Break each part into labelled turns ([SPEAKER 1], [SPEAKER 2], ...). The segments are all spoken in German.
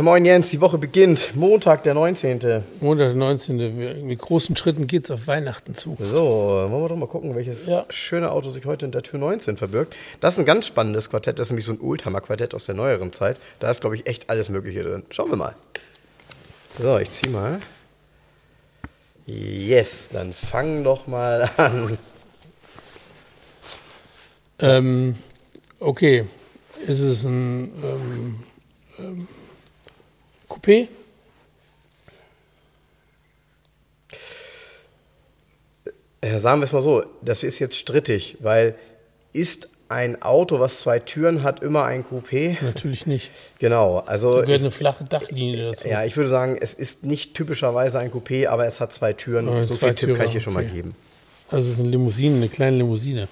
[SPEAKER 1] Moin Jens, die Woche beginnt. Montag, der 19.
[SPEAKER 2] Montag, der 19. Wir- Mit großen Schritten geht es auf Weihnachten zu.
[SPEAKER 1] So, wollen wir doch mal gucken, welches
[SPEAKER 2] Ja.
[SPEAKER 1] schöne Auto sich heute hinter Tür 19 verbirgt. Das ist ein ganz spannendes Quartett. Das ist nämlich so ein Oldtimer-Quartett aus der neueren Zeit. Da ist, glaube ich, echt alles Mögliche drin. Schauen wir mal. So, ich zieh mal. Yes, dann fang doch mal an.
[SPEAKER 2] Ähm, okay, ist es ein ähm, ähm, Coupé?
[SPEAKER 1] Ja, sagen wir es mal so, das ist jetzt strittig, weil ist ein Auto, was zwei Türen hat, immer ein Coupé?
[SPEAKER 2] Natürlich nicht.
[SPEAKER 1] Genau, also
[SPEAKER 2] Da gehört eine flache Dachlinie dazu.
[SPEAKER 1] Ja, ich würde sagen, es ist nicht typischerweise ein Coupé, aber es hat zwei Türen.
[SPEAKER 2] Ja,
[SPEAKER 1] so
[SPEAKER 2] zwei
[SPEAKER 1] viel Tipp kann
[SPEAKER 2] Türen,
[SPEAKER 1] ich dir schon mal
[SPEAKER 2] okay.
[SPEAKER 1] geben.
[SPEAKER 2] Also es ist eine Limousine, eine kleine Limousine.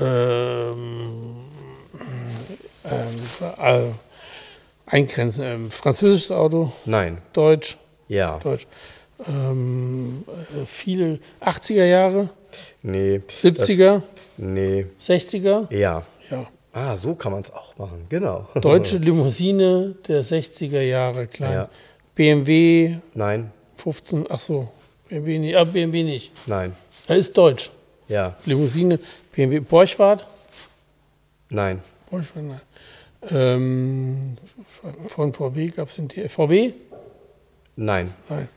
[SPEAKER 2] Ähm, ähm, äh, eingrenzen. Ähm, französisches Auto,
[SPEAKER 1] Nein.
[SPEAKER 2] Deutsch,
[SPEAKER 1] Ja.
[SPEAKER 2] Deutsch. Ähm, äh, viele 80er Jahre,
[SPEAKER 1] Nee.
[SPEAKER 2] 70er,
[SPEAKER 1] Das, nee.
[SPEAKER 2] 60er.
[SPEAKER 1] Ja.
[SPEAKER 2] Ja.
[SPEAKER 1] Ah, so kann man es auch machen. Genau.
[SPEAKER 2] Deutsche Limousine der 60er Jahre, klein.
[SPEAKER 1] Ja.
[SPEAKER 2] BMW
[SPEAKER 1] Nein.
[SPEAKER 2] 15, ach so, BMW nicht, ah, BMW nicht.
[SPEAKER 1] Nein.
[SPEAKER 2] Er ist deutsch.
[SPEAKER 1] Ja.
[SPEAKER 2] Limousine, BMW, Borchward,
[SPEAKER 1] Nein.
[SPEAKER 2] Borchward, nein. Ähm, von VW gab es den T- VW?
[SPEAKER 1] Nein.
[SPEAKER 2] Nein.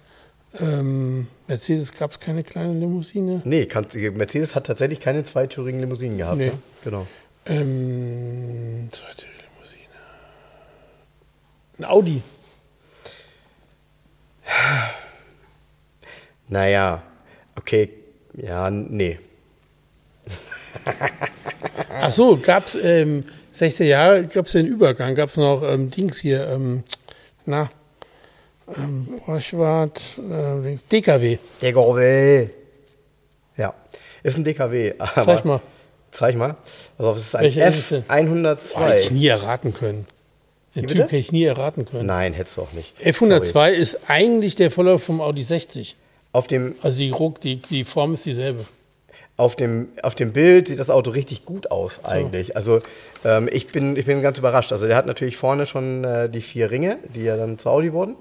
[SPEAKER 2] Ähm, Mercedes gab es keine kleine Limousine.
[SPEAKER 1] Nee, kann, Mercedes hat tatsächlich keine zweitürigen Limousinen gehabt.
[SPEAKER 2] Nee.
[SPEAKER 1] Ne? Genau.
[SPEAKER 2] Ähm, zweite Limousine. Ein Audi.
[SPEAKER 1] Naja. Okay. Ja, nee. Ah.
[SPEAKER 2] Ach so, gab es ähm, 60 Jahre, gab es den Übergang, gab es noch ähm, Dings hier, ähm, na, ähm, Borchward, äh, Dings, DKW.
[SPEAKER 1] DKW. Ja. Ist ein DKW. Aber
[SPEAKER 2] Zeig mal.
[SPEAKER 1] Zeig mal. Also es ist ein
[SPEAKER 2] Welche ist es denn? Boah, hätte ich
[SPEAKER 1] F102.
[SPEAKER 2] nie erraten können. Den
[SPEAKER 1] Wie
[SPEAKER 2] Typ
[SPEAKER 1] bitte?
[SPEAKER 2] hätte ich nie erraten können.
[SPEAKER 1] Nein, hättest du auch nicht.
[SPEAKER 2] F102
[SPEAKER 1] Sorry.
[SPEAKER 2] ist eigentlich der Vorläufer vom Audi 60.
[SPEAKER 1] Auf dem,
[SPEAKER 2] Also die, Ruck, die, die Form ist dieselbe.
[SPEAKER 1] auf, dem, auf dem Bild sieht das Auto richtig gut aus eigentlich. Also ähm, ich, bin, ich bin ganz überrascht. Also der hat natürlich vorne schon äh, die vier Ringe, die ja dann zu Audi wurden.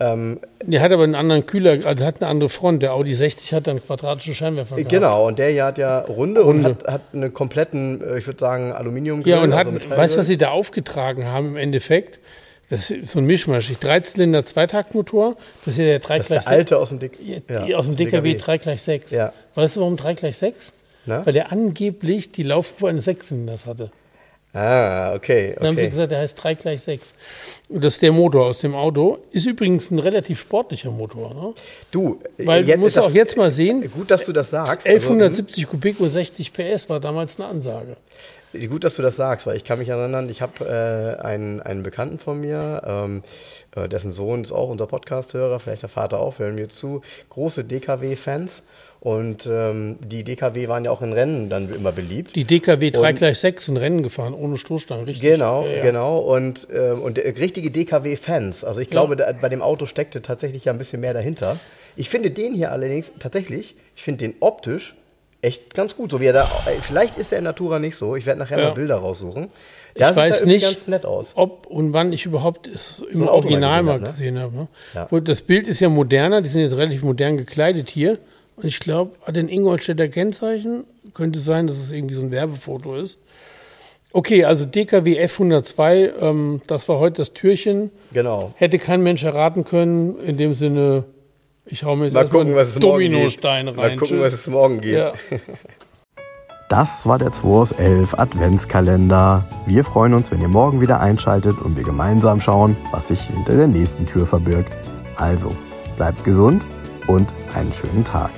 [SPEAKER 1] Ähm,
[SPEAKER 2] Der hat aber einen anderen Kühler, also hat eine andere Front. Der Audi 60 hat dann quadratische Scheinwerfer. gehabt.
[SPEAKER 1] Genau, und der hier hat ja Runde, und
[SPEAKER 2] Runde.
[SPEAKER 1] hat, hat einen kompletten, äh, ich würde sagen, aluminium also
[SPEAKER 2] Ja, und hat, weißt du, was sie da aufgetragen haben im Endeffekt? Das ist so ein Mischmasch. Ich- Dreizylinder Zweitaktmotor, das ist ja der 3
[SPEAKER 1] Das ist
[SPEAKER 2] gleich
[SPEAKER 1] der
[SPEAKER 2] 6.
[SPEAKER 1] alte aus dem, Dick, ja,
[SPEAKER 2] aus dem DKW 3 gleich 6.
[SPEAKER 1] Ja.
[SPEAKER 2] Weißt du, warum 3 gleich 6?
[SPEAKER 1] Na?
[SPEAKER 2] Weil der angeblich die Laufrufe eines Sechszylinders hatte.
[SPEAKER 1] Ah, okay.
[SPEAKER 2] Dann haben sie
[SPEAKER 1] okay.
[SPEAKER 2] gesagt, der heißt 3 gleich 6. Und das ist der Motor aus dem Auto. Ist übrigens ein relativ sportlicher Motor. Ne?
[SPEAKER 1] du,
[SPEAKER 2] Weil
[SPEAKER 1] jetzt
[SPEAKER 2] du musst
[SPEAKER 1] ist das-
[SPEAKER 2] auch jetzt mal sehen,
[SPEAKER 1] Äh, Gut, dass du das sagst. Also, hm.
[SPEAKER 2] 1170 Kubik und 60 PS war damals eine Ansage.
[SPEAKER 1] Gut, dass du das sagst, weil ich kann mich erinnern, ich habe äh, einen, einen Bekannten von mir, ähm, äh, dessen Sohn ist auch unser Podcast-Hörer, vielleicht der Vater auch, hören wir zu, große DKW-Fans. Und ähm, die DKW waren ja auch in Rennen dann immer beliebt.
[SPEAKER 2] Die DKW 3
[SPEAKER 1] Und-
[SPEAKER 2] gleich 6 in Rennen gefahren, ohne Stoßstangen, richtig?
[SPEAKER 1] Genau,
[SPEAKER 2] Ja, ja.
[SPEAKER 1] genau. Und, ähm, und äh, richtige DKW-Fans. Also ich glaube, da, bei dem Auto steckte tatsächlich ja ein bisschen mehr dahinter. Ich finde den hier allerdings tatsächlich, ich finde den optisch echt ganz gut. So wie er da, äh, vielleicht ist er in Natura nicht so. Ich werde nachher
[SPEAKER 2] Ja.
[SPEAKER 1] mal Bilder raussuchen. Da
[SPEAKER 2] ich
[SPEAKER 1] sieht er
[SPEAKER 2] weiß
[SPEAKER 1] irgendwie
[SPEAKER 2] nicht,
[SPEAKER 1] ganz nett aus.
[SPEAKER 2] ob und wann ich überhaupt es im
[SPEAKER 1] ein Auto
[SPEAKER 2] Original
[SPEAKER 1] mal
[SPEAKER 2] mal
[SPEAKER 1] gesehen
[SPEAKER 2] gesehen habe. ne?
[SPEAKER 1] Ja.
[SPEAKER 2] Und das Bild ist ja moderner, die sind jetzt relativ modern gekleidet hier. Und ich glaube, hat ein Ingolstädter Kennzeichen. Könnte sein, dass es irgendwie so ein Werbefoto ist. Okay, also DKW F102, ähm, das war heute das Türchen.
[SPEAKER 1] Genau.
[SPEAKER 2] Hätte kein Mensch erraten können. In dem Sinne, ich hau mir jetzt
[SPEAKER 1] Mal
[SPEAKER 2] erstmal
[SPEAKER 1] gucken,
[SPEAKER 2] einen
[SPEAKER 1] was es morgen gibt.
[SPEAKER 2] Dominostein rein.
[SPEAKER 1] Mal gucken,
[SPEAKER 2] Tschüss.
[SPEAKER 1] was es morgen gibt.
[SPEAKER 2] Ja.
[SPEAKER 1] Das war der 2 aus 11 Adventskalender. Wir freuen uns, wenn ihr morgen wieder einschaltet und wir gemeinsam schauen, was sich hinter der nächsten Tür verbirgt. Also, bleibt gesund und einen schönen Tag.